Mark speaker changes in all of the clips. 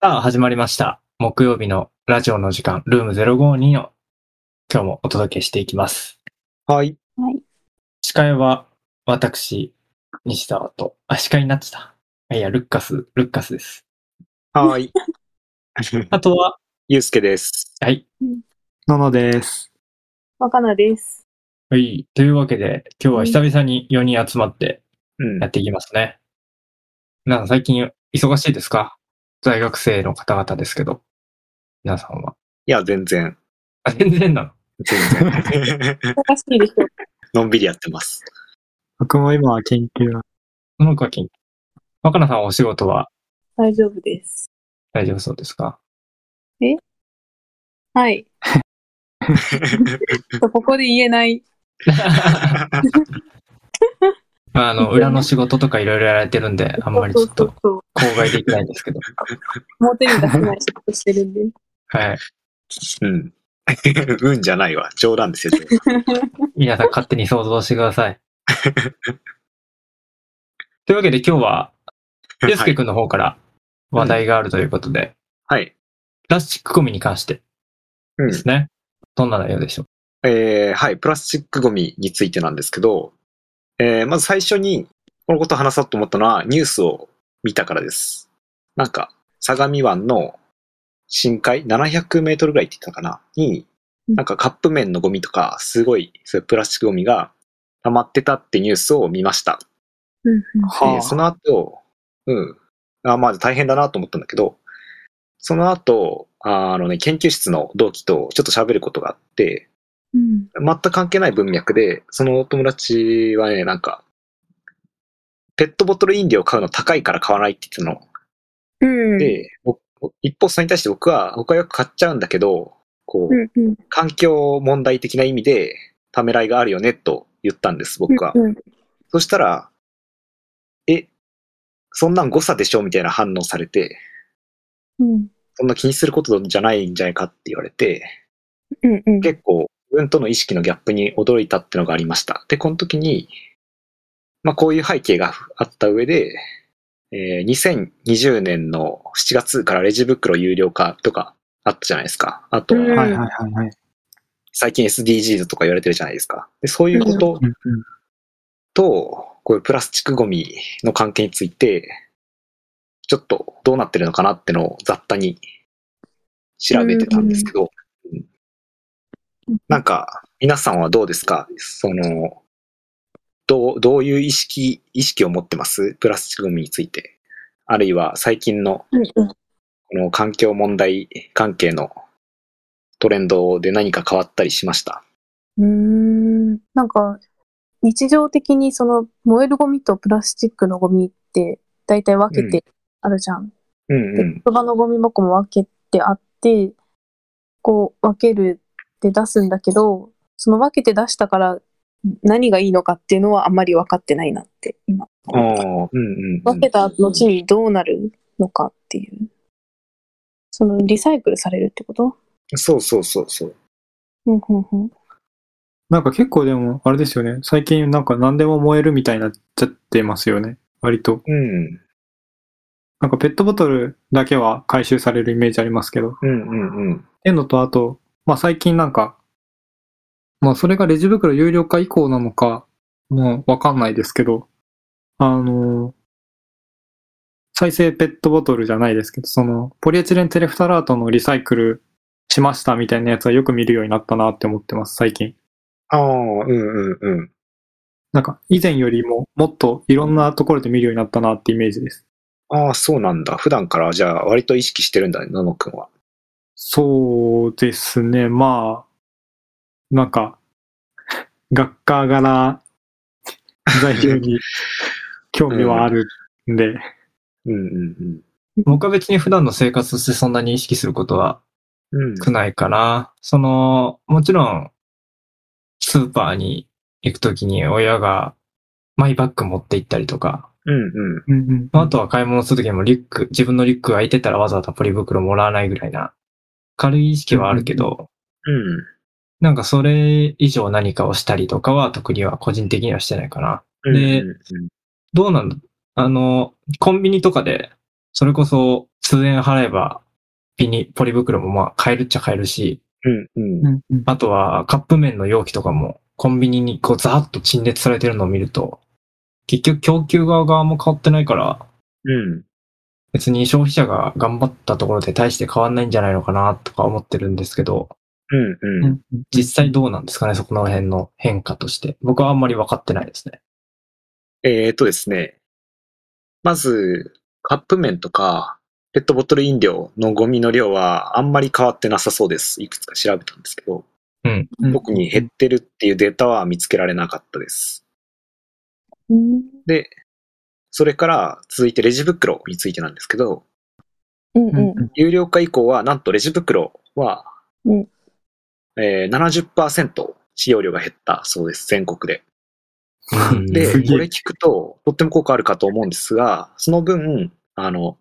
Speaker 1: さあ、始まりました。木曜日のラジオの時間、ルーム052を今日もお届けしていきます。
Speaker 2: はい。
Speaker 3: はい。
Speaker 1: 司会は私、西澤と、あ、司会になってた。あいや、ルッカス、ルッカスです。
Speaker 2: はい。
Speaker 1: あとは、
Speaker 2: ゆうすけです。
Speaker 1: はい。
Speaker 2: ののです。
Speaker 3: 若菜です。
Speaker 1: はい。というわけで、今日は久々に4人集まって
Speaker 2: うん
Speaker 1: や。っていきますね。皆さん最近忙しいですか大学生の方々ですけど、皆さんは。
Speaker 2: いや、全然。
Speaker 1: あ、全然なの。
Speaker 2: 全 然。
Speaker 3: 忙しいでしょ。
Speaker 2: のんびりやってます。
Speaker 4: 僕も今は研究な
Speaker 1: その課金。若菜さんはお仕事は
Speaker 3: 大丈夫です。
Speaker 1: 大丈夫そうですか
Speaker 3: はい。ちょっとここで言えない。
Speaker 1: あの、裏の仕事とかいろいろやられてるんで、あんまりちょっ
Speaker 3: そう
Speaker 1: と
Speaker 3: そうそう
Speaker 1: 口外できないんですけ ど。
Speaker 3: 表に出せない仕事してるんで。
Speaker 1: はい。
Speaker 2: うん。 うんじゃないわ。冗談ですよ。
Speaker 1: 皆さん勝手に想像してくださ い。というわけで今日は、ゆうすけくんの方から話題があるということで、
Speaker 2: はい。
Speaker 1: プラスチックゴミに関して
Speaker 2: うん
Speaker 1: で。すね。どんな内容でしょう
Speaker 2: えー、はい。プラスチックゴミについてなんですけど、えー、まず最初に、このことを話そうと思ったのは、ニュースを見たからです。なんか、相模湾の深海、700メートルぐらいって言ったかなに、
Speaker 3: うん
Speaker 2: なんかカップ麺のゴミとか、すごい、そういうプラスチックゴミが溜まってたってニュースを見ました。
Speaker 3: うんうん
Speaker 4: は
Speaker 2: で、
Speaker 4: あ
Speaker 2: その後、うん。あまあ大変だなと思ったんだけど、その後、あのね、研究室の同期とちょっと喋ることがあって、
Speaker 3: うん
Speaker 2: 全く関係ない文脈で、そのお友達はね、なんか、ペットボトル飲料買うの高いから買わないって言ってたの。
Speaker 3: うん
Speaker 2: で、僕一方それに対して僕は、僕はよく買っちゃうんだけど、こう、
Speaker 3: うんうん
Speaker 2: 環境問題的な意味で、ためらいがあるよね、と言ったんです、僕は。
Speaker 3: うんうん
Speaker 2: そしたら、え、そんなん誤差でしょみたいな反応されて、
Speaker 3: うん
Speaker 2: そんな気にすることじゃないんじゃないかって言われて、
Speaker 3: うんうん
Speaker 2: 結構自分との意識のギャップに驚いたってのがありました。で、この時に、まあこういう背景があった上で、えー2020年の7月からレジ袋有料化とかあったじゃないですか。あとは、
Speaker 3: うん
Speaker 4: はいはいはいはい。
Speaker 2: 最近 SDGs とか言われてるじゃないですか。でそういうこと
Speaker 4: うんうん
Speaker 2: と、こういうプラスチックゴミの関係について、ちょっとどうなってるのかなってのを雑多に調べてたんですけど、なんか、皆さんはどうですかその、どう、どういう意識、意識を持ってますプラスチックゴミについて。あるいは最近の
Speaker 3: うんうん
Speaker 2: この環境問題関係のトレンドで何か変わったりしました
Speaker 3: うーんなんか、日常的にその燃えるゴミとプラスチックのゴミって大体分けてあるじゃん。
Speaker 2: うん
Speaker 3: で
Speaker 2: うん。
Speaker 3: 言葉のゴミ箱も分けてあって、こう分けるって出すんだけど、その分けて出したから何がいいのかっていうのはあんまり分かってないなって、今。
Speaker 2: おーうんうんう
Speaker 3: 分
Speaker 2: ん。
Speaker 3: けた後にどうなるのかっていう。そのリサイクルされるってこと
Speaker 2: そうそうそうそう。
Speaker 3: うんうんうん。
Speaker 4: なんか結構でも、あれですよね。最近なんか何でも燃えるみたいになっちゃってますよね。割と。
Speaker 2: うん。
Speaker 4: なんかペットボトルだけは回収されるイメージありますけど。っ
Speaker 2: うんうんうん。
Speaker 4: ていうのと、あと、まあ最近なんか、まあそれがレジ袋有料化以降なのか、もうわかんないですけど、あのー再生ペットボトルじゃないですけど、その、ポリエチレンテレフタラートのリサイクルしましたみたいなやつはよく見るようになったなって思ってます、最近。
Speaker 2: ああ、うんうんうん。
Speaker 4: なんか以前よりももっといろんなところで見るようになったなってイメージです。
Speaker 2: ああ、そうなんだ。普段からじゃあ割と意識してるんだね、ののくんは。
Speaker 4: そうですね、まあ、なんか、学科柄材料に興味はあるんで、
Speaker 2: うんうん
Speaker 1: 僕は別に普段の生活としてそんなに意識することは
Speaker 2: うん。うん。
Speaker 1: 少ないかな。その、もちろん、スーパーに行くときに親がマイバッグ持って行ったりとか、
Speaker 2: うんうん。
Speaker 4: うんうん
Speaker 1: あとは買い物するときもリュック、自分のリュックが空いてたらわざわざポリ袋もらわないぐらいな、軽い意識はあるけど、
Speaker 2: うん。
Speaker 1: なんかそれ以上何かをしたりとかは特には個人的にはしてないかな。で
Speaker 2: うんうんうん
Speaker 1: どうなんだあの、コンビニとかでそれこそ数円払えば、ビニ、ポリ袋もまあ買えるっちゃ買えるし、
Speaker 2: うん、うん。
Speaker 4: うんうん
Speaker 1: あとはカップ麺の容器とかもコンビニにこうザーッと陳列されてるのを見ると、結局供給側側も変わってないから、
Speaker 2: うん。
Speaker 1: 別に消費者が頑張ったところで大して変わんないんじゃないのかなとか思ってるんですけど、
Speaker 2: うん、
Speaker 4: う
Speaker 2: うん。
Speaker 4: んうん
Speaker 1: 実際どうなんですかね、そこら辺の変化として。僕はあんまり分かってないですね。
Speaker 2: えー、っとですね。まず、カップ麺とか、ペットボトル飲料のゴミの量はあんまり変わってなさそうです。いくつか調べたんですけど、
Speaker 1: うん。
Speaker 4: うん
Speaker 2: 特に減ってるっていうデータは見つけられなかったです。
Speaker 3: うん。
Speaker 2: で、それから続いてレジ袋についてなんですけど、
Speaker 3: うんうん。
Speaker 2: 有料化以降はなんとレジ袋は、
Speaker 3: うん
Speaker 2: えー、70%使用量が減ったそうです、全国で。で、
Speaker 4: すげえ
Speaker 2: これ聞くと、とっても効果あるかと思うんですが、その分、あの、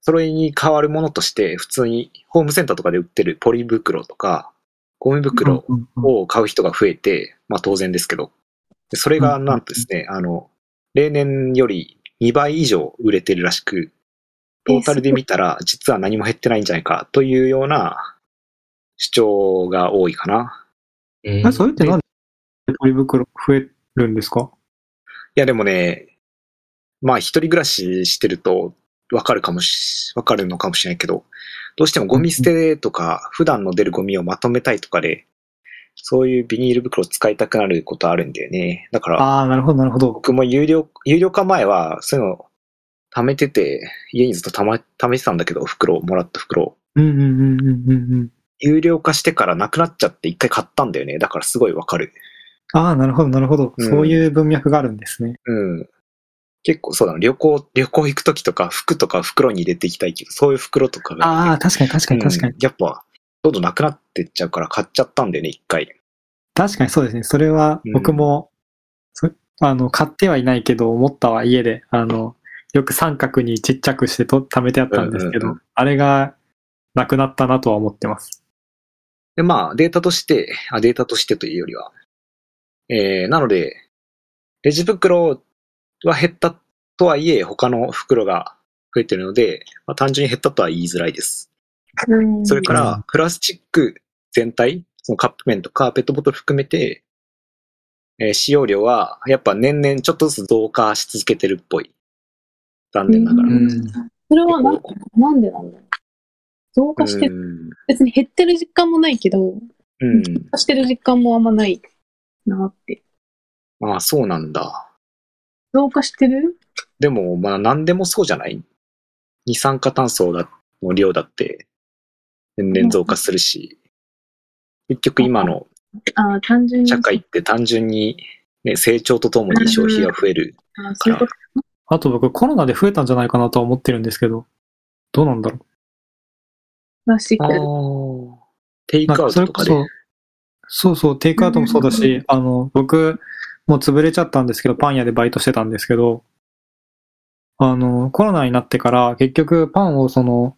Speaker 2: それに代わるものとして、普通にホームセンターとかで売ってるポリ袋とか、ゴミ袋
Speaker 4: うんうん
Speaker 2: を買う人が増えて、まあ当然ですけど、でそれがなんとですね、あの、例年より2倍以上売れてるらしく、トータルで見たら実は何も減ってないんじゃないかというような主張が多いかな。
Speaker 1: うん
Speaker 4: え、それってなんでポリ袋増えるんですか
Speaker 2: いやでもね、まあ一人暮らししてるとわかるかもし、わかるのかもしれないけど、どうしてもゴミ捨てとか普段の出るゴミをまとめたいとかで、そういうビニール袋を使いたくなることあるんだよね。だから、
Speaker 4: ああ、なるほど、なるほど。
Speaker 2: 僕も有料、有料化前は、そういうの、貯めてて、家にずっとたま、貯めてたんだけど、袋を、もらった袋を。
Speaker 4: うんうんうんうんうんうん。
Speaker 2: 有料化してからなくなっちゃって一回買ったんだよね。だからすごいわかる。
Speaker 4: ああ、なるほど、なるほど。
Speaker 2: うん
Speaker 4: そういう文脈があるんですね。
Speaker 2: うん。結構そうだな。旅行、旅行行くときとか、服とか袋に入れていきたいけど、そういう袋とかが、
Speaker 4: ああ、確かに確かに確かに。
Speaker 2: うんやっぱ、どんどんなくなってっちゃうから買っちゃったんだよね、一回。
Speaker 4: 確かにそうですね。それは僕も、そあの、買ってはいないけど、思ったは家で、あの、よく三角にちっちゃくしてと貯めてあったんですけど、
Speaker 2: うんうんう
Speaker 4: あれがなくなったなとは思ってます。
Speaker 2: で、まあ、データとして、あ、データとしてというよりは。えー、なので、レジ袋は減ったとはいえ、他の袋が増えてるので、まあ、単純に減ったとは言いづらいです。
Speaker 3: うん
Speaker 2: それか
Speaker 4: うん
Speaker 2: ら、プラスチック全体、そのカップ麺とかペットボトル含めて、えー使用量は、やっぱ年々ちょっとずつ増加し続けてるっぽい。残念ながら。
Speaker 4: う
Speaker 3: うんんそれはな
Speaker 2: 結構
Speaker 3: なんでなんだろう。増加して、
Speaker 2: うん
Speaker 3: 別に減ってる実感もないけど、増
Speaker 2: うん。
Speaker 3: 加してる実感もあんまないなって。
Speaker 2: まあ、そうなんだ。
Speaker 3: 増加してる
Speaker 2: でも、まあ、何でもそうじゃない二酸化炭素だの量だって、年々増加するし、結局今の
Speaker 3: ああ、単純に。
Speaker 2: 社会って単純に、ね、成長とともに消費が増える。
Speaker 3: ああそういうこと。
Speaker 4: あと僕、コロナで増えたんじゃないかなとは思ってるんですけど、どうなんだろう。
Speaker 3: プラスチッ
Speaker 2: あ
Speaker 3: ク。
Speaker 2: ーテイク
Speaker 4: な
Speaker 2: ア
Speaker 4: んか
Speaker 2: ウ
Speaker 4: そ
Speaker 2: ト
Speaker 4: れ
Speaker 2: と
Speaker 4: こ
Speaker 2: かで。
Speaker 4: そ、そうそう、テイクアウトもそうだ
Speaker 3: うんうん
Speaker 4: し、あの、僕、もう潰れちゃったんですけど、パン屋でバイトしてたんですけど、あの、コロナになってから、結局、パンをその、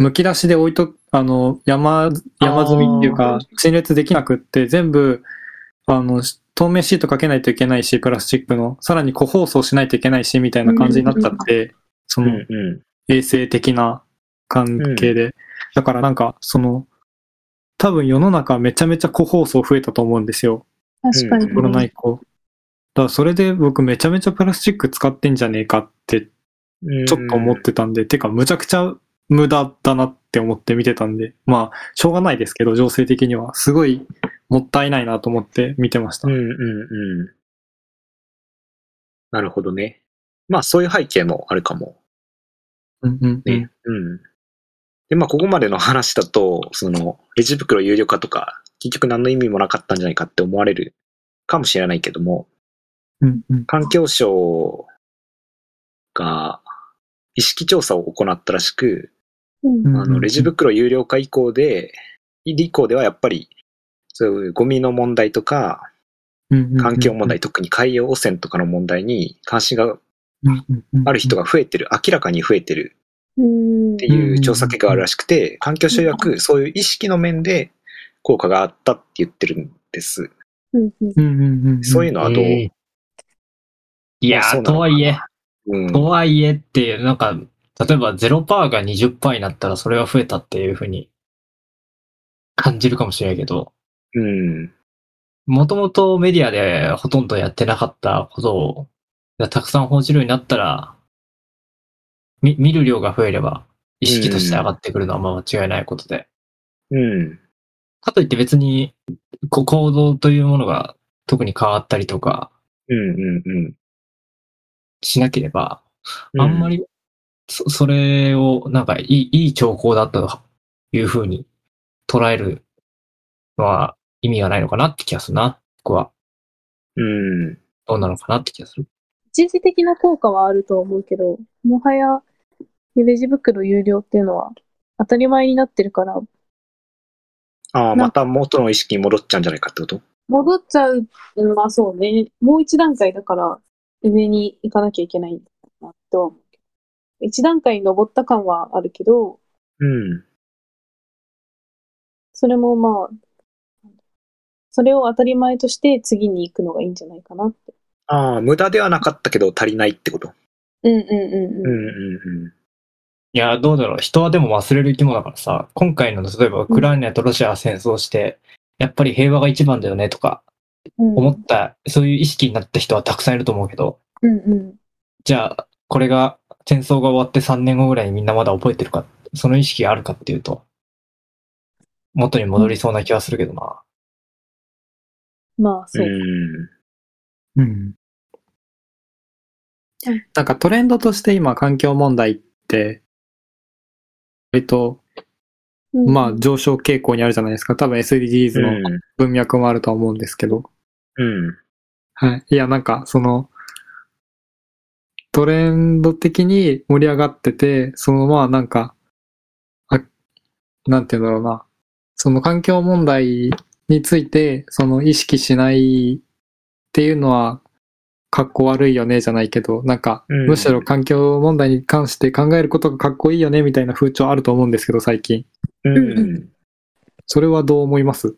Speaker 4: 剥き出しで置いと、あの、山、山積みっていうか
Speaker 3: あー、
Speaker 4: 陳列できなくって、全部、あの、し透明シートかけないといけないし、プラスチックの、さらに個包装しないといけないし、みたいな感じになっちゃって、そ
Speaker 2: うん
Speaker 4: の、
Speaker 2: うん。
Speaker 4: 衛生的な関係で。だからなんか、その、多分世の中めちゃめちゃ個包装増えたと思うんですよ。
Speaker 3: 確かに。
Speaker 2: うん
Speaker 4: コロナ以降。だからそれで僕めちゃめちゃプラスチック使ってんじゃねえかってちょっと思ってたんで、てかむちゃくちゃ無駄だなって思って見てたんで、まあ、しょうがないですけど、情勢的には。すごいもったいないなと思って見てました。
Speaker 2: うんうんうん。なるほどね。まあそういう背景もあるかも
Speaker 4: うんうんうん
Speaker 2: ね。うん。で、まあここまでの話だと、その、レジ袋有料化とか、結局何の意味もなかったんじゃないかって思われるかもしれないけども、
Speaker 4: うんうん
Speaker 2: 環境省が意識調査を行ったらしく、
Speaker 3: うん
Speaker 4: うん
Speaker 2: あの、レジ袋有料化以降で、以降ではやっぱり、そういうゴミの問題とか、環境問題、。特に海洋汚染とかの問題に関心がある人
Speaker 4: が。
Speaker 2: が増えてる、明らかに増えてる
Speaker 3: うん
Speaker 2: っていう調査結果があるらしくて、環境省曰くそういう意識の面で効果があったって言ってるんです。
Speaker 3: うんうん
Speaker 4: うんうんうんん。
Speaker 2: そういうのはどう、
Speaker 1: えーいや
Speaker 2: あそう
Speaker 1: ー、
Speaker 2: なの
Speaker 1: と
Speaker 2: かな
Speaker 1: はいえ、
Speaker 2: うん、
Speaker 1: とはいえっていう、なんか、例えば0%が20%になったらそれが増えたっていうふうに感じるかもしれないけど、
Speaker 2: うん。
Speaker 1: もともとメディアでほとんどやってなかったことを、たくさん報じるようになったら、み見る量が増えれば、意識として上がってくるのはまあ間違いないことで。
Speaker 2: うん。
Speaker 1: かといって別に、こ行動というものが特に変わったりとか
Speaker 2: うん。うん。うん。
Speaker 1: しなければ、
Speaker 2: う
Speaker 1: あんま。り、そ、それを、なんか、いい、いい兆候だというふうに捉えるのは意味がないのかなって気がするな。僕は、
Speaker 2: うん。
Speaker 1: どうなのかなって気がする。
Speaker 3: 一時的な効果はあるとは思うけど、もはやレジ袋有料っていうのは当たり前になってるから、
Speaker 2: ああ、また元の意識に戻っちゃうんじゃないかってこと
Speaker 3: 戻っちゃう、うんまあそうね、もう一段階だから上に行かなきゃいけないなとは思うけど。一段階登った感はあるけど、
Speaker 2: うん。
Speaker 3: それもまあ、それを当たり前として次に行くのがいいんじゃないかなって。
Speaker 2: ああ、無駄ではなかったけど足りないってこと。
Speaker 3: うんうんう
Speaker 2: う
Speaker 3: ん
Speaker 2: ん。
Speaker 3: うん。
Speaker 2: うん。うん。
Speaker 1: いや、どうだろう。人はでも忘れる生き物だからさ、今回の、例えばウクライナとロシアが戦争して、やっぱり平和が一番だよねとか
Speaker 3: うん
Speaker 1: 思った、そういう意識になった人はたくさんいると思うけど、
Speaker 3: うんうん。
Speaker 1: じゃあ、これが、戦争が終わって3年後ぐらいにみんなまだ覚えてるか、その意識があるかっていうと、元に戻りそうな気がするけどな。
Speaker 3: まあそう。
Speaker 2: うん。
Speaker 3: う
Speaker 4: うん
Speaker 3: ん。
Speaker 4: なんかトレンドとして今環境問題って、えっと、
Speaker 3: うんうん
Speaker 4: まあ上昇傾向にあるじゃないですか。多分 SDGs の
Speaker 2: うん。
Speaker 4: 文脈もあるとは思うんですけど。
Speaker 2: うん。
Speaker 4: はい。いや、なんか、その、トレンド的に盛り上がってて、そのままなんか、あ、なんて言うんだろうな。その環境問題について、その意識しないっていうのは、かっこ悪いよね、じゃないけど、なんか、
Speaker 2: うん
Speaker 4: むしろ環境問題に関して考えることがかっこいいよね、みたいな風潮あると思うんですけど、最近。
Speaker 2: うん。
Speaker 3: うん
Speaker 2: うん。
Speaker 4: それはどう思います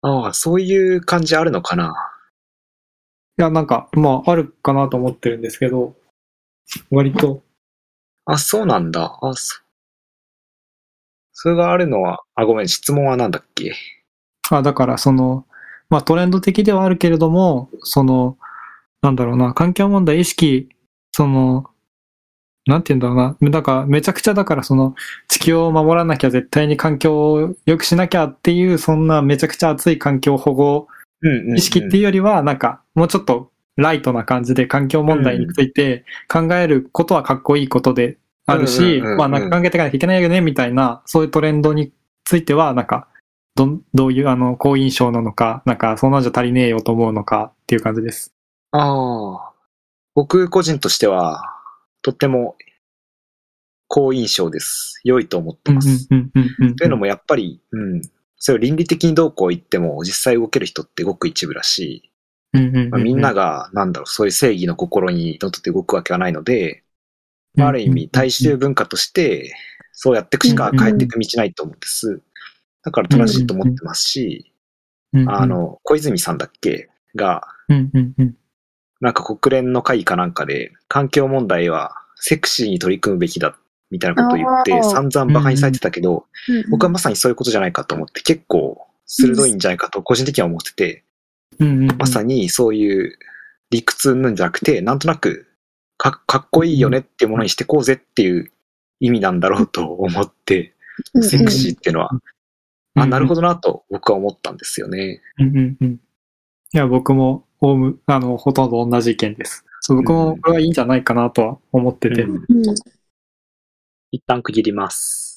Speaker 2: ああ、そういう感じあるのかな。
Speaker 4: いや、なんか、まあ、あるかなと思ってるんですけど、割と、
Speaker 2: あ、そうなんだ。あ、そそれがあるのは、あ、ごめん、質問はなんだっけ。
Speaker 4: あ、だからその、まあトレンド的ではあるけれども、その、なんだろうな、環境問題意識、その、なんて言うんだろうな、なんかめちゃくちゃだからその、地球を守らなきゃ絶対に環境を良くしなきゃっていう、そんなめちゃくちゃ熱い環境保護
Speaker 2: うんうん、
Speaker 4: 意識っていうよりは、なんかもうちょっとライトな感じで環境問題について考えることはかっこいいことである
Speaker 2: うんうん
Speaker 4: し、
Speaker 2: うんうん
Speaker 4: まあなんか考えていかなきゃいけないよね、みたいな、そういうトレンドについては、なんか、どん、どういう、あの、好印象なのか、なんか、そんなんじゃ足りねえよと思うのかっていう感じです。
Speaker 2: ああ。僕個人としては、とっても、好印象です。良いと思ってます。
Speaker 4: うんうんうんうん。
Speaker 2: というのもやっぱり、うん。それを倫理的にどうこう言っても、実際動ける人ってごく一部だし、
Speaker 4: うんうんうん
Speaker 2: まあ、みんなが、なんだろう、そういう正義の心にのっとって動くわけはないので、まあある意味、大衆文化として、そうやっていくしか変えていく道ないと思うんです。だから正しいと思ってますし、
Speaker 4: うんうん
Speaker 2: あ、の、小泉さんだっけが、
Speaker 4: うんうんうん。
Speaker 2: なんか国連の会議かなんかで、環境問題はセクシーに取り組むべきだ、みたいなことを言って
Speaker 3: あ、ー
Speaker 2: 散々馬鹿にされてたけど、僕は
Speaker 3: うん
Speaker 2: まさにそういうことじゃないかと思って、結構鋭いんじゃないかと、個人的には思ってて、
Speaker 4: うんうんうん。
Speaker 2: まさにそういう理屈うんぬんじゃなくて、なんとなくかかっこいいよねっていうものにしてこうぜっていう意味なんだろうと思って、
Speaker 3: うん
Speaker 2: セクシーっていうのは、あ、なるほ
Speaker 4: ど。
Speaker 2: どなと僕は思ったんですよね。
Speaker 4: うんうんうん。いや、僕も、おおむ、あの、ほとんど同じ意見です。そう僕も、これはいいんじゃないかなとは思ってて。
Speaker 2: うん
Speaker 3: うん
Speaker 2: 一旦区切ります。